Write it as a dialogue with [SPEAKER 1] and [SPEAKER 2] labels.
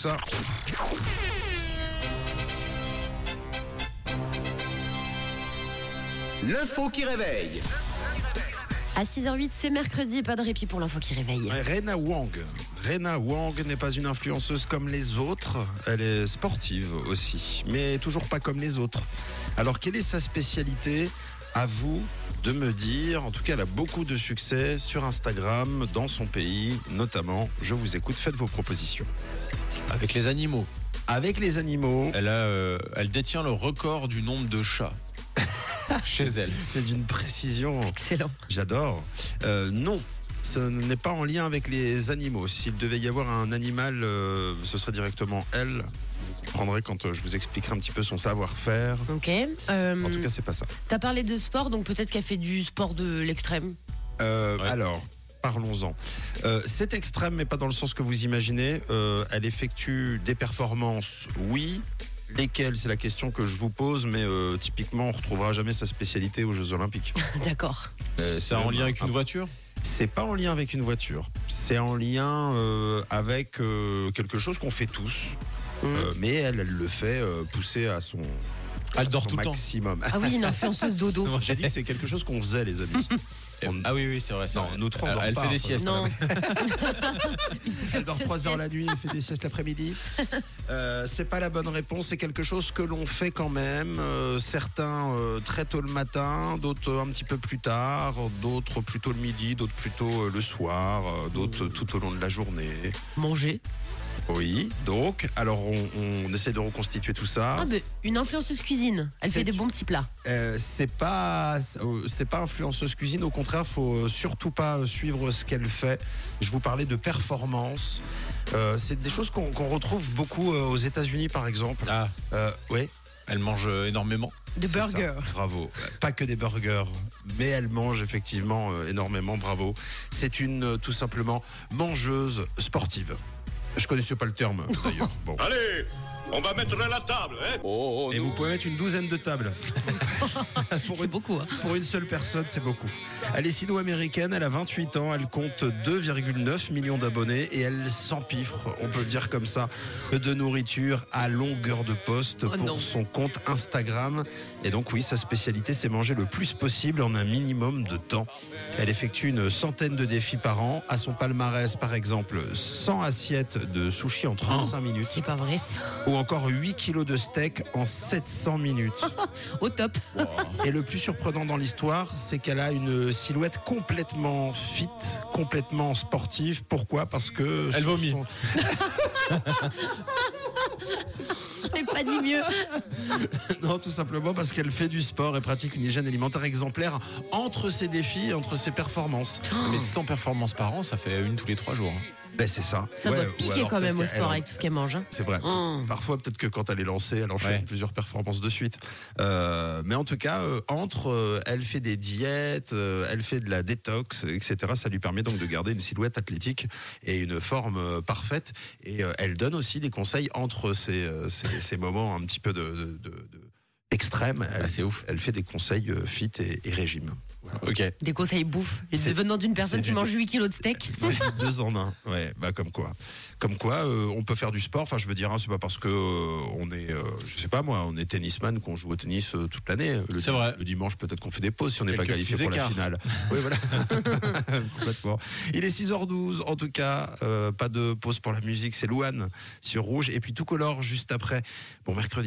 [SPEAKER 1] Ça.
[SPEAKER 2] L'info qui réveille.
[SPEAKER 3] À 6h08, c'est mercredi, pas de répit pour l'info qui réveille.
[SPEAKER 1] Rena Wang. Rena Wang n'est pas une influenceuse comme les autres. Elle est sportive aussi, mais toujours pas comme les autres. Alors, quelle est sa spécialité À vous de me dire. En tout cas, elle a beaucoup de succès sur Instagram, dans son pays, notamment. Je vous écoute, faites vos propositions.
[SPEAKER 4] Avec les animaux.
[SPEAKER 1] Avec les animaux,
[SPEAKER 4] Elle, a, euh, elle détient le record du nombre de chats chez elle.
[SPEAKER 1] c'est d'une précision.
[SPEAKER 3] Excellent.
[SPEAKER 1] J'adore. Euh, non, ce n'est pas en lien avec les animaux. S'il devait y avoir un animal, euh, ce serait directement elle. Vous comprendrez quand euh, je vous expliquerai un petit peu son savoir-faire.
[SPEAKER 3] Ok. Euh,
[SPEAKER 4] Mm.
[SPEAKER 1] En tout cas, c'est pas ça.
[SPEAKER 3] T'as parlé de sport, donc peut-être qu'elle fait du sport de l'extrême.
[SPEAKER 1] Euh,
[SPEAKER 4] Ouais.
[SPEAKER 1] Alors. Parlons-en. Euh, c'est extrême, mais pas dans le sens que vous imaginez. Euh, elle effectue des performances, oui. Lesquelles, c'est la question que je vous pose, mais euh, typiquement, on retrouvera jamais sa spécialité aux Jeux Olympiques.
[SPEAKER 3] D'accord.
[SPEAKER 1] Euh,
[SPEAKER 4] C'est en lien avec
[SPEAKER 1] un-
[SPEAKER 4] une voiture
[SPEAKER 1] C'est pas en lien avec une voiture. C'est en lien euh, avec euh, quelque chose qu'on fait tous. Euh, mais elle, elle le fait euh, pousser à son, à
[SPEAKER 4] Elle dort
[SPEAKER 1] son
[SPEAKER 4] tout le temps.
[SPEAKER 1] maximum.
[SPEAKER 3] Ah oui, une influenceuse dodo.
[SPEAKER 4] Ouais.
[SPEAKER 1] J'ai dit que c'est quelque chose qu'on faisait, les amis. On-
[SPEAKER 4] Ah oui, oui, c'est vrai. c'est
[SPEAKER 1] Non,
[SPEAKER 4] vrai.
[SPEAKER 1] nous trois, on
[SPEAKER 4] Euh,
[SPEAKER 1] dort
[SPEAKER 4] Elle
[SPEAKER 1] pas,
[SPEAKER 4] fait des
[SPEAKER 1] hein,
[SPEAKER 4] siestes.
[SPEAKER 3] Non.
[SPEAKER 1] Elle dort 3 heures la nuit, elle fait des siestes l'après-midi. Euh, c'est pas la bonne réponse, c'est quelque chose que l'on fait quand même. Euh, certains euh, très tôt le matin, d'autres euh, un petit peu plus tard, d'autres plutôt le midi, d'autres plutôt euh, le soir, euh, d'autres euh, tout au long de la journée.
[SPEAKER 3] Manger.
[SPEAKER 1] Oui, donc, alors on, on essaie de reconstituer tout ça.
[SPEAKER 3] Ah, mais une influenceuse cuisine. Elle
[SPEAKER 1] C'est
[SPEAKER 3] fait des
[SPEAKER 1] du-
[SPEAKER 3] bons petits plats.
[SPEAKER 1] Euh, c'est pas euh, c'est pas influenceuse cuisine au contraire faut euh, surtout pas suivre ce qu'elle fait je vous parlais de performance Euh, c'est des choses qu'on qu'on retrouve beaucoup euh, aux États-Unis par exemple
[SPEAKER 4] Ah,
[SPEAKER 1] Euh, oui
[SPEAKER 4] elle mange euh, énormément.
[SPEAKER 3] Des
[SPEAKER 1] c'est ça.
[SPEAKER 3] burgers.
[SPEAKER 1] bravo pas que des burgers mais elle mange effectivement euh, énormément bravo c'est une euh, tout simplement mangeuse sportive je connaissais pas le terme d'ailleurs bon
[SPEAKER 5] Allez, on va mettre la table, hein
[SPEAKER 1] et vous pouvez mettre une douzaine de tables pour
[SPEAKER 3] C'est
[SPEAKER 1] une
[SPEAKER 3] beaucoup. hein.
[SPEAKER 1] Pour une seule personne, c'est beaucoup. Elle est sino-américaine, elle a 28 ans, elle compte 2,9 millions d'abonnés et elle s'empiffre, on peut le dire comme ça, de nourriture à longueur de poste
[SPEAKER 3] Oh
[SPEAKER 1] pour
[SPEAKER 3] non.
[SPEAKER 1] son compte Instagram. Et donc oui, sa spécialité, c'est manger le plus possible en un minimum de temps. Elle effectue une centaine de défis par an. À son palmarès, par exemple, 100 assiettes de sushi en 35 minutes
[SPEAKER 3] Oh, C'est pas vrai.
[SPEAKER 1] ou encore 8 kilos de steak en 700 minutes.
[SPEAKER 3] Au top.
[SPEAKER 1] Et le plus surprenant dans l'histoire, c'est qu'elle a une silhouette complètement fit, complètement sportive. Pourquoi Parce que.
[SPEAKER 4] Elle
[SPEAKER 1] sur
[SPEAKER 4] vomit.
[SPEAKER 1] son-
[SPEAKER 3] Je n'ai pas dit mieux.
[SPEAKER 1] Non, tout simplement parce qu'elle fait du sport et pratique une hygiène alimentaire exemplaire entre ses défis et entre ses performances.
[SPEAKER 4] Mais 100 performances par an, ça fait une tous les trois jours. hein.
[SPEAKER 1] Ben, c'est ça.
[SPEAKER 3] Ça
[SPEAKER 1] Ouais,
[SPEAKER 3] doit
[SPEAKER 1] ou
[SPEAKER 3] piquer
[SPEAKER 1] alors
[SPEAKER 3] quand même au
[SPEAKER 1] peut-être
[SPEAKER 3] sport
[SPEAKER 1] qu'elle-
[SPEAKER 3] avec tout ce qu'elle mange. hein.
[SPEAKER 1] C'est vrai.
[SPEAKER 3] Hum.
[SPEAKER 1] Parfois, peut-être que quand elle est lancée, elle enchaîne
[SPEAKER 4] Ouais.
[SPEAKER 1] plusieurs performances de suite. Euh, mais en tout cas, euh, entre, euh, elle fait des diètes, euh, elle fait de la détox, etc. Ça lui permet donc de garder une silhouette athlétique et une forme euh, parfaite. Et euh, elle donne aussi des conseils entre ces, euh, ces- ces moments un petit peu de, de- de- de- extrêmes. Elle,
[SPEAKER 4] Ah, c'est ouf.
[SPEAKER 1] elle fait des conseils euh, fit et, et régime. Voilà.
[SPEAKER 4] Ok.
[SPEAKER 3] Des conseils bouffe.
[SPEAKER 1] C'est-
[SPEAKER 3] Venant d'une personne
[SPEAKER 1] c'est
[SPEAKER 3] qui
[SPEAKER 1] du-
[SPEAKER 3] mange 8 kilos de steak.
[SPEAKER 1] C'est du deux en un. Ouais, bah comme quoi. Comme quoi, euh, on peut faire du sport. Enfin, je veux dire, hein, c'est pas parce que euh, on est, euh, je sais pas moi, on est tennisman qu'on joue au tennis euh, toute l'année. Le
[SPEAKER 4] C'est
[SPEAKER 1] di-
[SPEAKER 4] vrai.
[SPEAKER 1] Le dimanche, peut-être qu'on fait des pauses si on n'est pas
[SPEAKER 4] Quelques
[SPEAKER 1] qualifié
[SPEAKER 4] petits
[SPEAKER 1] pour la
[SPEAKER 4] écarts.
[SPEAKER 1] finale. Oui, voilà. Complètement. Il est 6h12, en tout cas. euh, pas de pause pour la musique. C'est Louane sur Rouge. Et puis tout color juste après. Bon mercredi.